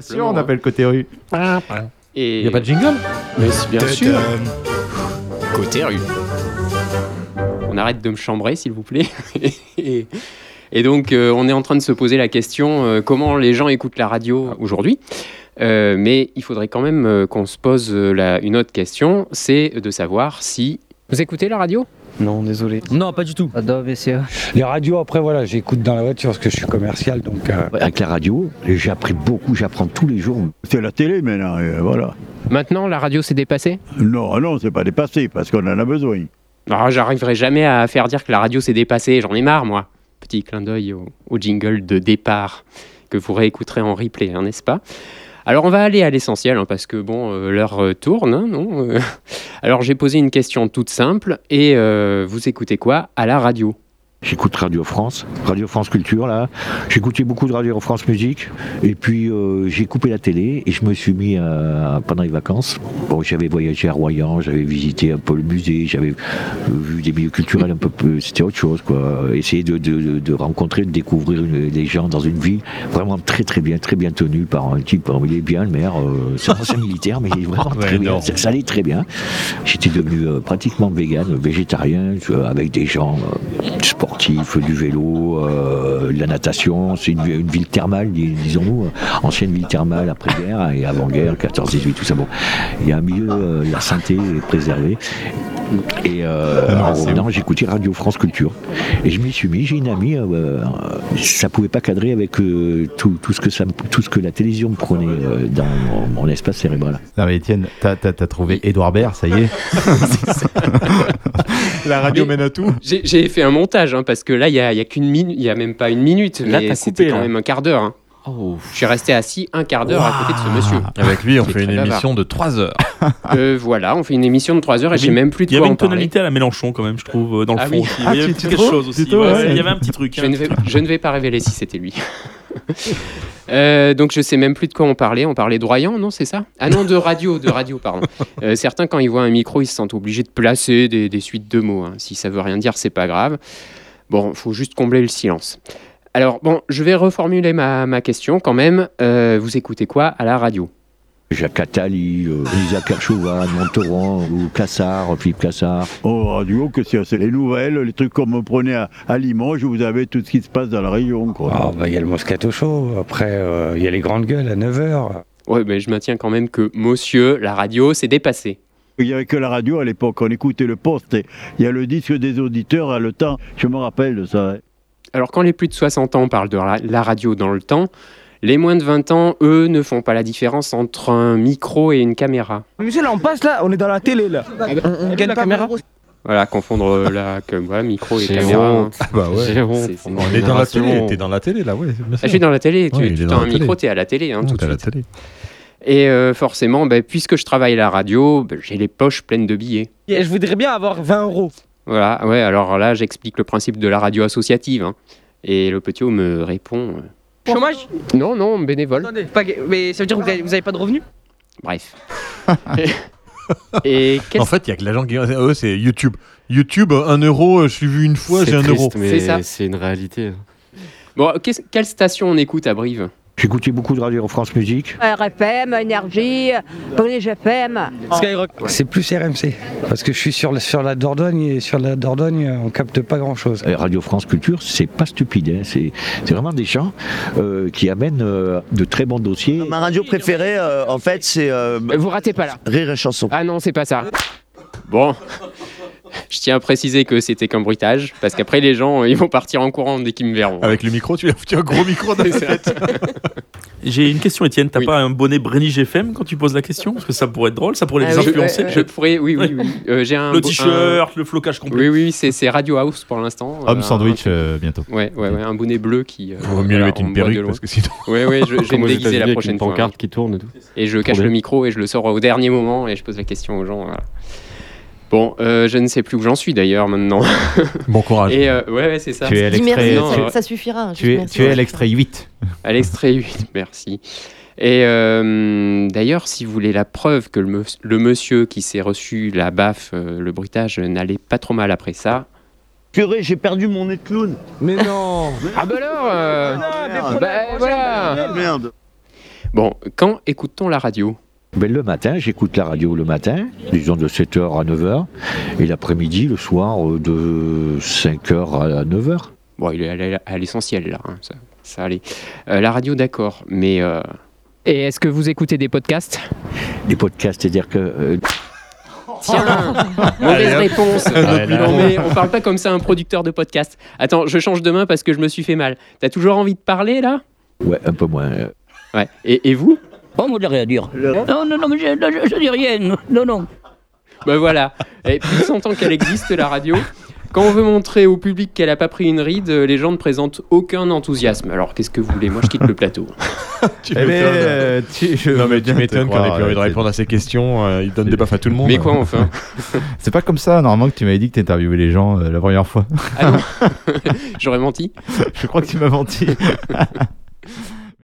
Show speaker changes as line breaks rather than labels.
Si on appelle côté rue.
Et...
Y a pas de jingle
Mais si, bien sûr.
Côté rue.
On arrête de me chambrer, s'il vous plaît. et, et donc, euh, on est en train de se poser la question euh, comment les gens écoutent la radio aujourd'hui Euh, mais il faudrait quand même euh, qu'on se pose euh, la- une autre question, c'est de savoir si... Vous écoutez la radio
Non, désolé.
Non, pas du tout.
Pardon, messieurs.
Les radios, après, voilà, j'écoute dans la voiture parce que je suis commercial, donc. euh,
Avec la radio, j'ai appris beaucoup, j'apprends tous les jours. C'est la télé maintenant, euh, voilà.
Maintenant, la radio s'est dépassée
Non, non, c'est pas dépassé parce qu'on en a besoin.
Ah, J'arriverai jamais à faire dire que la radio s'est dépassée, j'en ai marre, moi. Petit clin d'œil au, au jingle de départ que vous réécouterez en replay, hein, n'est-ce pas Alors, on va aller à l'essentiel, hein, parce que, bon, euh, l'heure euh, tourne, hein, non euh. Alors, j'ai posé une question toute simple, et euh, vous écoutez quoi à la radio
J'écoute Radio France, Radio France Culture là. J'écoutais beaucoup de Radio France Musique et puis euh, j'ai coupé la télé et je me suis mis à- pendant les vacances. Bon, j'avais voyagé à Royan, j'avais visité un peu le musée, j'avais euh, vu des milieux culturels un peu plus. C'était autre chose quoi. Essayer de, de- de- de rencontrer, de découvrir une- les gens dans une ville vraiment très très bien, très bien tenue par un type. euh, Il est bien le maire, euh, c'est un ancien militaire mais il est vraiment très bien. Ça, ça allait très bien. J'étais devenu euh, pratiquement vegan, végétarien, euh, avec des gens euh, sportifs, du vélo, euh, de la natation. C'est une, une ville thermale, dis- disons-nous, euh, ancienne ville thermale après-guerre et avant-guerre, 14-18, tout ça. Bon, il y a un milieu, euh, la santé est préservée. Et euh, en revenant, j'écoutais Radio France Culture. Et je m'y suis mis, j'ai une amie, euh, euh, ça pouvait pas cadrer avec euh, tout, tout ce que ça, me- tout ce que la télévision me prenait euh, dans mon- mon espace cérébral.
Non mais Étienne, t'as t'as- t'as trouvé Edouard Baird, ça y est.
La radio
Mais-
mène à tout.
J'ai- J'ai fait un montage, hein, parce que là, il n'y a, il y a qu'une minute, il y a même pas une minute,
Là,
mais
t'as
c'était
coupé,
quand
là.
même un quart d'heure. hein.
Oh.
Je suis resté assis un quart d'heure à côté de ce monsieur.
Ah.
Avec lui, on
C'est
fait une
très bavard.
émission de 3 heures.
Euh, voilà, on fait une émission de 3 heures et
Il y
j'ai
avait-
même plus
Il
de
y
quoi
avait
en
une
parler.
tonalité à la Mélenchon quand même, je trouve, euh, dans le
Ah oui.
fond. Il y
Ah,
avait
tu-
une petite
tu
quelque
trouves
chose aussi.
Plutôt,
ouais,
ouais.
Il y avait un petit truc. hein.
Je ne, vais, je ne vais pas révéler si c'était lui. Euh, donc je sais même plus de quoi on parlait. On parlait de Royan, non C'est ça Ah non, de radio, de radio, pardon. Euh, certains, quand ils voient un micro, ils se sentent obligés de placer des, des suites de mots. hein. Si ça veut rien dire, c'est pas grave. Bon, faut juste combler le silence. Alors bon, je vais reformuler ma, ma question quand même. Euh, vous écoutez quoi à la radio
Jacques Attali, euh, Lisa Kerchouan, Montoran, ou Cassard, Philippe Cassard.
Oh, radio, que c'est
Les nouvelles, les trucs qu'on me prenait à, à Limoges, vous avez tout ce qui se passe dans la région. Quoi.
Ah, bah, il y a le Moscato Show. Après, euh, il y a les grandes gueules à 9h.
Ouais, mais je maintiens quand même que Monsieur, la radio, c'est dépassé.
Il n'y avait que la radio à l'époque, on écoutait le poste. et Il y a le disque des auditeurs à le temps, je me rappelle de ça. hein.
Alors quand les plus de 60 ans parlent de ra- la radio dans le temps, les moins de 20 ans, eux, ne font pas la différence entre un micro et une caméra.
Monsieur, là, on passe là, on est dans la télé là. Ah bah, on on gagne la caméra
Voilà, confondre euh, la cam- voilà, micro et
C'est
caméra. hein.
honte.
Ah bah ouais.
J'ai honte.
C'est- c'est-
On
Ah,
est dans la télé,
T'es dans la télé là, ouais.
je suis dans la télé, tu,
Ouais, il
tu
est
tends
dans
un
la télé.
micro, t'es à la télé, hein, tout de
à la
suite.
télé.
Et euh, forcément, ben, puisque je travaille la radio, ben, j'ai les poches pleines de billets.
Et Je voudrais bien avoir 20 euros.
Voilà, ouais, alors là, j'explique le principe de la radio associative. hein. Et le petit homme me répond... euh,
Chômage
Non, non, bénévole.
Attendez, pas ga- mais ça veut dire que vous avez, vous avez pas de revenus
Bref. et qu'est-ce
En fait, il y a que l'agent qui. Eux, c'est YouTube. YouTube, 1 euro, euh, je suis vu une fois, j'ai
C'est
1 euro.
triste, mais
C'est ça.
c'est une réalité.
Bon, qu'est-ce- quelle station on écoute à Brive
J'écoutais beaucoup de radio en France Musique.
RFM, Énergie, Police FM.
Skyrock.
C'est plus RMC. Parce que je suis sur, la- sur la Dordogne et sur la Dordogne, on capte pas grand chose.
Euh, Radio France Culture, c'est pas stupide. hein, C'est c'est vraiment des gens euh, qui amènent euh, de très bons dossiers.
Ma radio préférée, en fait, c'est
Bah, Vous ratez pas là.
Rire et Chanson.
Ah non, c'est pas ça. Bon. Je tiens à préciser que c'était qu'un bruitage, parce qu'après les gens, ils vont partir en courant dès qu'ils me verront.
Avec le micro, tu as foutu un gros micro dans la tête.
J'ai une question, Étienne. T'as
Oui.
pas un bonnet Brenny GFM quand tu poses la question Parce que ça pourrait être drôle, ça pourrait
Ah
les
oui.
je,
influencer.
je pourrais, oui, oui, oui. Euh, j'ai Euh, un
Le
bo- un-
t-shirt, le flocage complet.
Oui, oui, c'est c'est Radio House pour l'instant. Euh,
Homme
un-
sandwich euh, bientôt.
Ouais, ouais, ouais, un bonnet bleu qui. euh,
Vaut mieux
voilà,
lui mettre
on
une
me voit de
perruque
loin.
parce que sinon.
Ouais, ouais, je, je vais
Comme aux
me déguiser
États-Unis
la
avec
prochaine
une
fois. hein.
pancarte qui tourne et tout.
Et je cache
bien.
le micro et je le sors au dernier moment et je pose la question aux gens. voilà. Bon, euh, je ne sais plus où j'en suis d'ailleurs maintenant.
Bon courage.
Et euh, ouais, ouais, c'est ça.
Tu es à
Dis merci,
l'extrait
non,
tu-
ouais.
ça suffira. juste
tu es,
merci,
tu es à
ouais.
l'extrait 8.
À l'extrait 8, merci. Et euh, d'ailleurs, si vous voulez la preuve que le, meus- le monsieur qui s'est reçu la baffe, euh, le bruitage, euh, n'allait pas trop mal après ça.
Purée, j'ai perdu mon nez de clown.
Mais non
Ah bah alors euh,
Ah, mais
Bah, voilà.
Merde.
Bon, quand écoute-t-on la radio
Ben, le matin, j'écoute la radio le matin, disons de 7h à 9h, et l'après-midi, le soir, euh, de 5h à 9h.
Bon, il est allé à l'essentiel là, hein, ça, ça allait. Euh, la radio, d'accord, mais euh,
Et est-ce que vous écoutez des podcasts
Les podcasts, c'est-à-dire que euh,
Tiens, mauvaise
Allez,
réponse.
Ouais, là,
non mais on parle pas comme ça à un producteur de podcast. Attends, je change de main parce que je me suis fait mal. T'as toujours envie de parler là
Ouais, un peu moins. euh,
Ouais. Et, et vous
Oh, moi, j'ai rien à dire. Non, non, non, mais je, je- je dis rien. Non, non.
Ben voilà. Et plus de 100 ans qu'elle existe la radio. Quand on veut montrer au public qu'elle a pas pris une ride, euh, les gens ne présentent aucun enthousiasme. Alors qu'est-ce que vous voulez Moi je quitte le plateau.
Tu
Eh ben,
m'étonnes.
euh, tu- je
non
veux
mais tu
bien te
m'étonnes qu'on
croire,
ait plus envie de
euh,
répondre à ces questions, euh, il donne des baffes à tout le monde.
Mais quoi enfin
c'est- C'est pas comme ça, normalement, que tu m'avais dit que t'interviewais les gens euh, la première fois.
Ah non J'aurais menti.
je crois que tu m'as menti.